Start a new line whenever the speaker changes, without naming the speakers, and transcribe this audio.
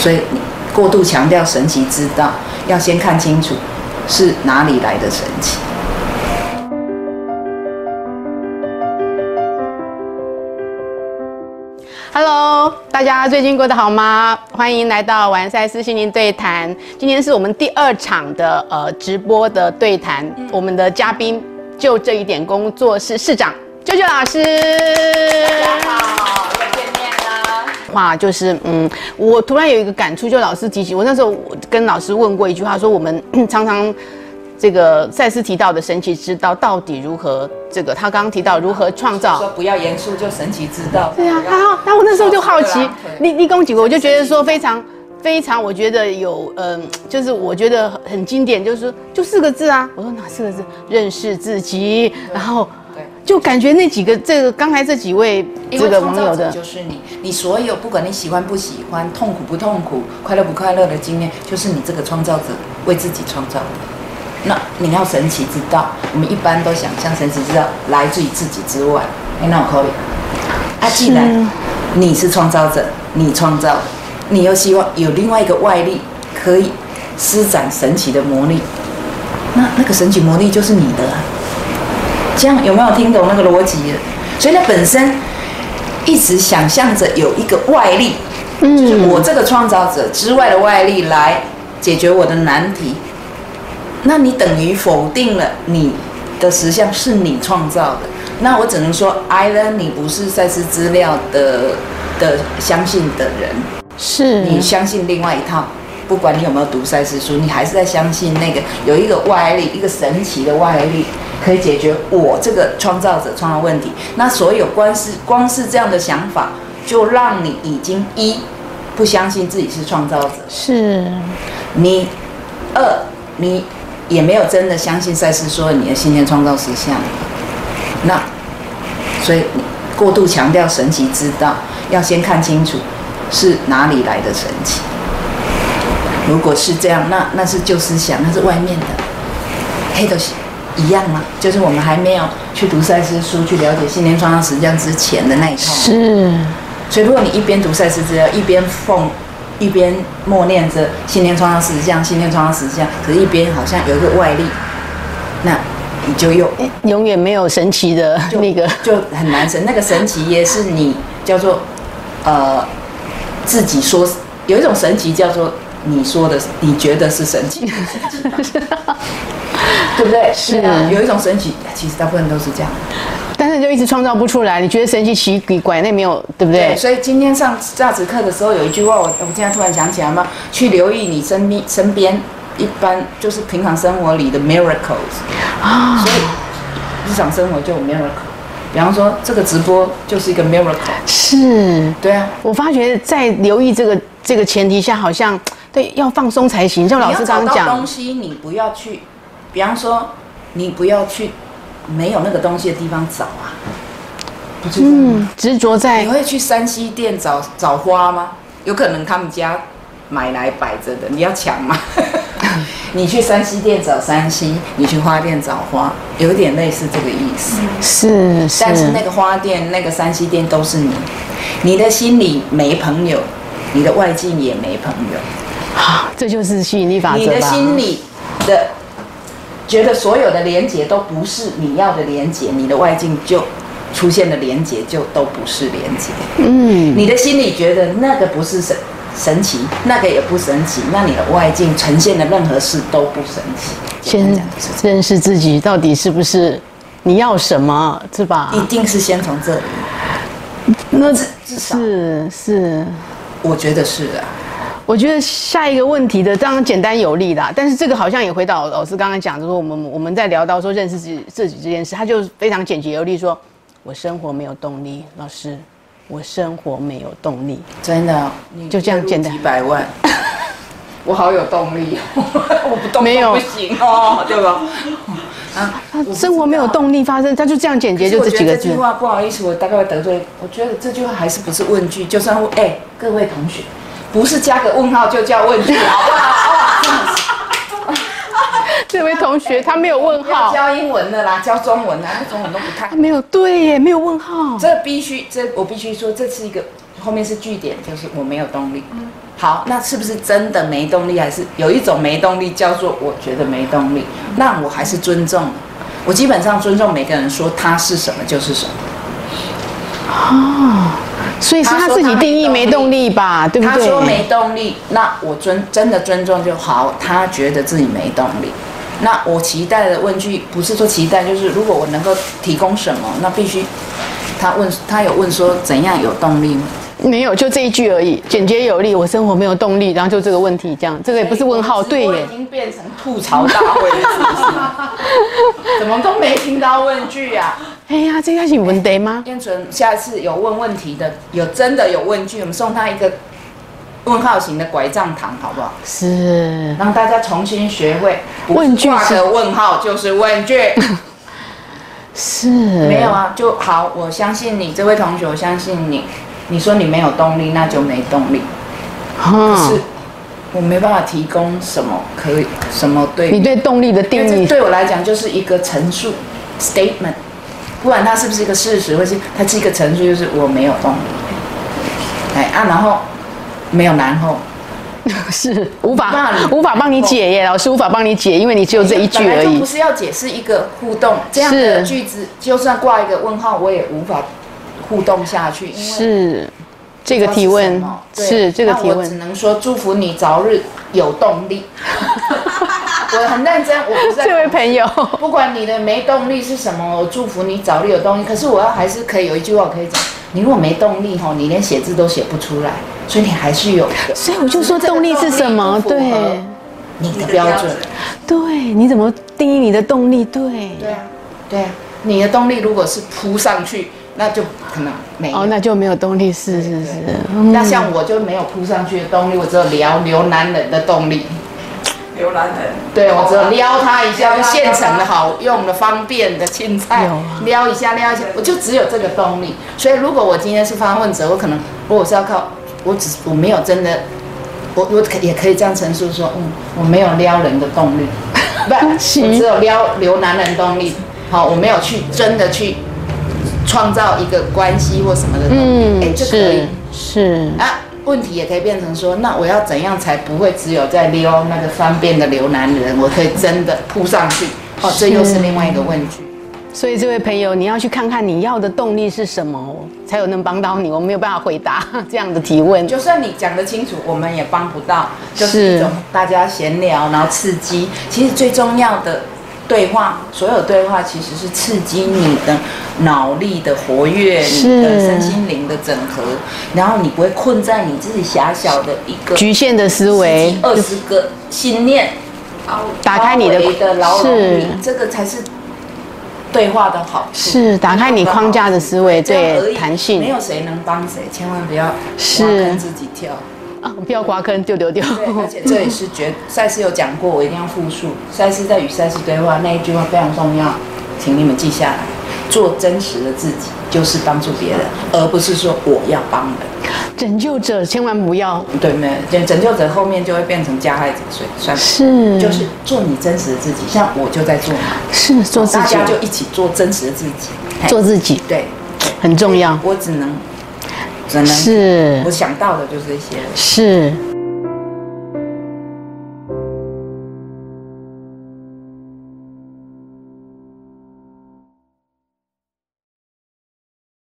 所以过度强调神奇之道，要先看清楚是哪里来的神奇。
Hello，大家最近过得好吗？欢迎来到完赛斯心灵对谈。今天是我们第二场的呃直播的对谈，我们的嘉宾就这一点工作室市长舅舅老师。
好，又见面啦！
话就是，嗯，我突然有一个感触，就老师提起我那时候我跟老师问过一句话，说我们 常常这个赛斯提到的神奇之道到底如何？这个他刚刚提到如何创造
说不要严肃，就神奇之道。
对啊，
不要
然后，然后我那时候就好奇
对，
立立功几个，我就觉得说非常非常，我觉得有嗯、就是我觉得很经典，就是说就四个字啊。我说哪四个字？认识自己。然后
对
就感觉那几个这个刚才这几位
因
这
为
个
创
网
造
友
者
的，
就是你，你所有不管你喜欢不喜欢、痛苦不痛苦、快乐不快乐的经验，就是你这个创造者为自己创造的。那你要神奇之道，我们一般都想象神奇之道来自于自己之外，哎，那我可以。啊，既然你是创造者，你创造，你又希望有另外一个外力可以施展神奇的魔力，那那个神奇魔力就是你的、啊。这样有没有听懂那个逻辑？所以它本身一直想象着有一个外力，就是我这个创造者之外的外力来解决我的难题。那你等于否定了你的实相是你创造的。那我只能说，either 你不是赛事资料的的相信的人，
是
你相信另外一套，不管你有没有读赛事书，你还是在相信那个有一个外力，一个神奇的外力可以解决我这个创造者创造问题。那所有光是光是这样的想法，就让你已经一不相信自己是创造者，
是
你二你也没有真的相信赛事说你的信念创造实相，那所以你过度强调神奇之道，要先看清楚是哪里来的神奇。如果是这样，那那是旧思想，那是外面的，黑都是一样嘛，就是我们还没有去读赛事书，去了解信念创造实相之前的那一套。
是
所以，如果你一边读赛事资料，一边奉，一边默念着信念创造实相，信念创造实相，可是一边好像有一个外力，那你就又
永远没有神奇的
就
那个
就很难神。那个神奇也是你叫做呃自己说，有一种神奇叫做你说的，你觉得是神 奇，对不对？
是
对啊，有一种神奇，其实大部分都是这样。
但是就一直创造不出来。你觉得神奇奇怪，那没有对不对？
所以今天上价值课的时候，有一句话我，我现在突然想起来嘛，去留意你身边身边一般就是平常生活里的 miracles 啊，所以日常生活就有 miracle。比方说，这个直播就是一个 miracle，
是
对啊。
我发觉在留意这个这个前提下，好像对要放松才行。像老师刚刚
你要找到
讲
东，西你不要去，比方说，你不要去没有那个东西的地方找啊，不是这样吗
嗯，执着在
你会去山西店找找花吗？有可能他们家买来摆着的，你要抢吗？你去山西店找山西，你去花店找花，有点类似这个意思。
嗯是是
但是那个花店、那个山西店都是你，你的心里没朋友，你的外境也没朋友。
啊，这就是吸引力法则吧。
你的心里的觉得所有的连结都不是你要的连结，你的外境就出现的连结就都不是连结。嗯，你的心里觉得那个不是神神奇，那个也不神奇，那你的外境呈现的任何事都不神奇。简单
先
讲就是
认识自己到底是不是你要什么，是吧
这样一？定是先从这里，
啊那
至至少
是是。
我觉得是啊。
我觉得下一个问题的当然简单有力啦，但是这个好像也回到老师刚刚讲的，就是我们我们在聊到说认识自己自己这件事，他就非常简洁有力说，我生活没有动力，老师，我生活没有动力。
真的，啊你
就这样简单
月入几百 万，我好有动力，哦 我不动
没有
都不行哦，对吧？啊，
他生活没有动力发生，他就这样简洁，
其实我
就这
觉
几
得
个
这句
字。
话不好意思，我大概会得罪。我觉得这句话还是不是问句，就算问哎、各位同学，不是加个问号就叫问句，好不好？
这位同学他没有问
不要
号，
教英文的啦，教中文啦，那中文都不看
他。没有对耶，没有问号。
这必须，这我必须说，这是一个后面是句点，就是我没有动力。好，那是不是真的没动力？还是有一种没动力叫做我觉得没动力？那我还是尊重，我基本上尊重每个人说他是什么就是什么。
所以是他
他说
自己
他没
定义
动
没
力
动力吧，对不
他
对？
说没动力，那我尊真的尊重就好。他觉得自己没动力，那我期待的问句不是说期待，就是如果我能够提供什么，那必须。他问他有问说怎样有动力吗？
没有，就这一句而已，简洁有力。我生活没有动力，然后就这个问题这样，这个也不是问号，对
我
耶
已。经变成吐槽大会了，是不 是？怎么都没听到问句呀、啊？
哎呀，这下是文得吗？
燕纯，下一次有问问题的，有真的有问句，我们送他一个问号型的拐杖糖，好不好？
是，
让大家重新学会
问句是
不是画个问号就是问 句，
是，
没有啊，就好。我相信你，这位同学，我相信你。你说你没有动力，那就没动力。可
嗯
是，我没办法提供什么可以什么对比
你对动力的定
因为
义
这对我来讲就是一个陈述 statement，不管它是不是一个事实，或是它是一个陈述，就是我没有动力，哎啊，然后没有然后，
是无
没
法
办法
无法帮你解耶，老师无法帮你解，因为你只有这一句
本来
而
就
已
不。是要解释一个互动这样的句子，就算挂一个问号，我也无法互动下去，因为
是这个提
不知
问
道是什么对
是这个提
那我只
问，
能说祝福你早日有动力。 我很认真，我不是 在
这位朋友，
不管你的没动力是什么，我祝福你早日有动力。可是我要还是可以有一句话我可以讲：你如果没动力吼，你连写字都写不出来，所以你还是有一个
所以我就说动力是什么？
这个动力不符合
对
你的标准。
对，你怎么定义你的动力？对
对啊，对啊，你的动力如果是扑上去，那就可能没有。
哦，那就没有动力，是是嗯是，
那像我就没有扑上去的动力，我只有撩撩男人的动力。
浏览人，
对，
啊
我只有撩他一下，就现成的好用的、方便的青菜
有啊，
撩一下、撩一下，我就只有这个动力。所以，如果我今天是发问者，我可能如果我是要靠，我只我没有真的，我我可也可以这样陈述说，嗯，我没有撩人的动 力，不，我只有撩留男人动力。好，我没有去真的去创造一个关系或什么的动力，哎、
嗯，
这可以
是。是。
啊，问题也可以变成说，那我要怎样才不会只有在撩那个方便的流男人，我可以真的扑上去？哦，这又是另外一个问题。
所以这位朋友，你要去看看你要的动力是什么哦，才有能帮到你。我没有办法回答 这样的提问。
就算你讲得清楚，我们也帮不到，就是
是
一种大家闲聊，然后刺激。其实最重要的对话，所有对话其实是刺激你的脑力的活跃，你的
是
身心灵的整合，然后你不会困在你自己狭小的一个
局限的思维，
二十个信念。
打开你的
包围的牢笼里
是
这个才是对话的好处。
是打开你框架的思维，
这样而
对
已
弹
没
性
有谁能帮谁，千万不要
是
挖坑自己跳。
啊，不要刮坑就丢丢。
对，而 且这也是绝赛斯有讲过，我一定要复述。赛斯在与赛斯对话那一句话非常重要，请你们记下来。做真实的自己，就是帮助别人，而不是说我要帮人。
拯救者千万不要
对没有？拯拯救者后面就会变成加害者，所以算了
是
就是做你真实的自己。像我就在做嘛，
是做自
大
己啊
家，就一起做真实的自己，嘿
做自己
对，对
很重要。
我只能，只能，
是
我想到的就是这些了。
是。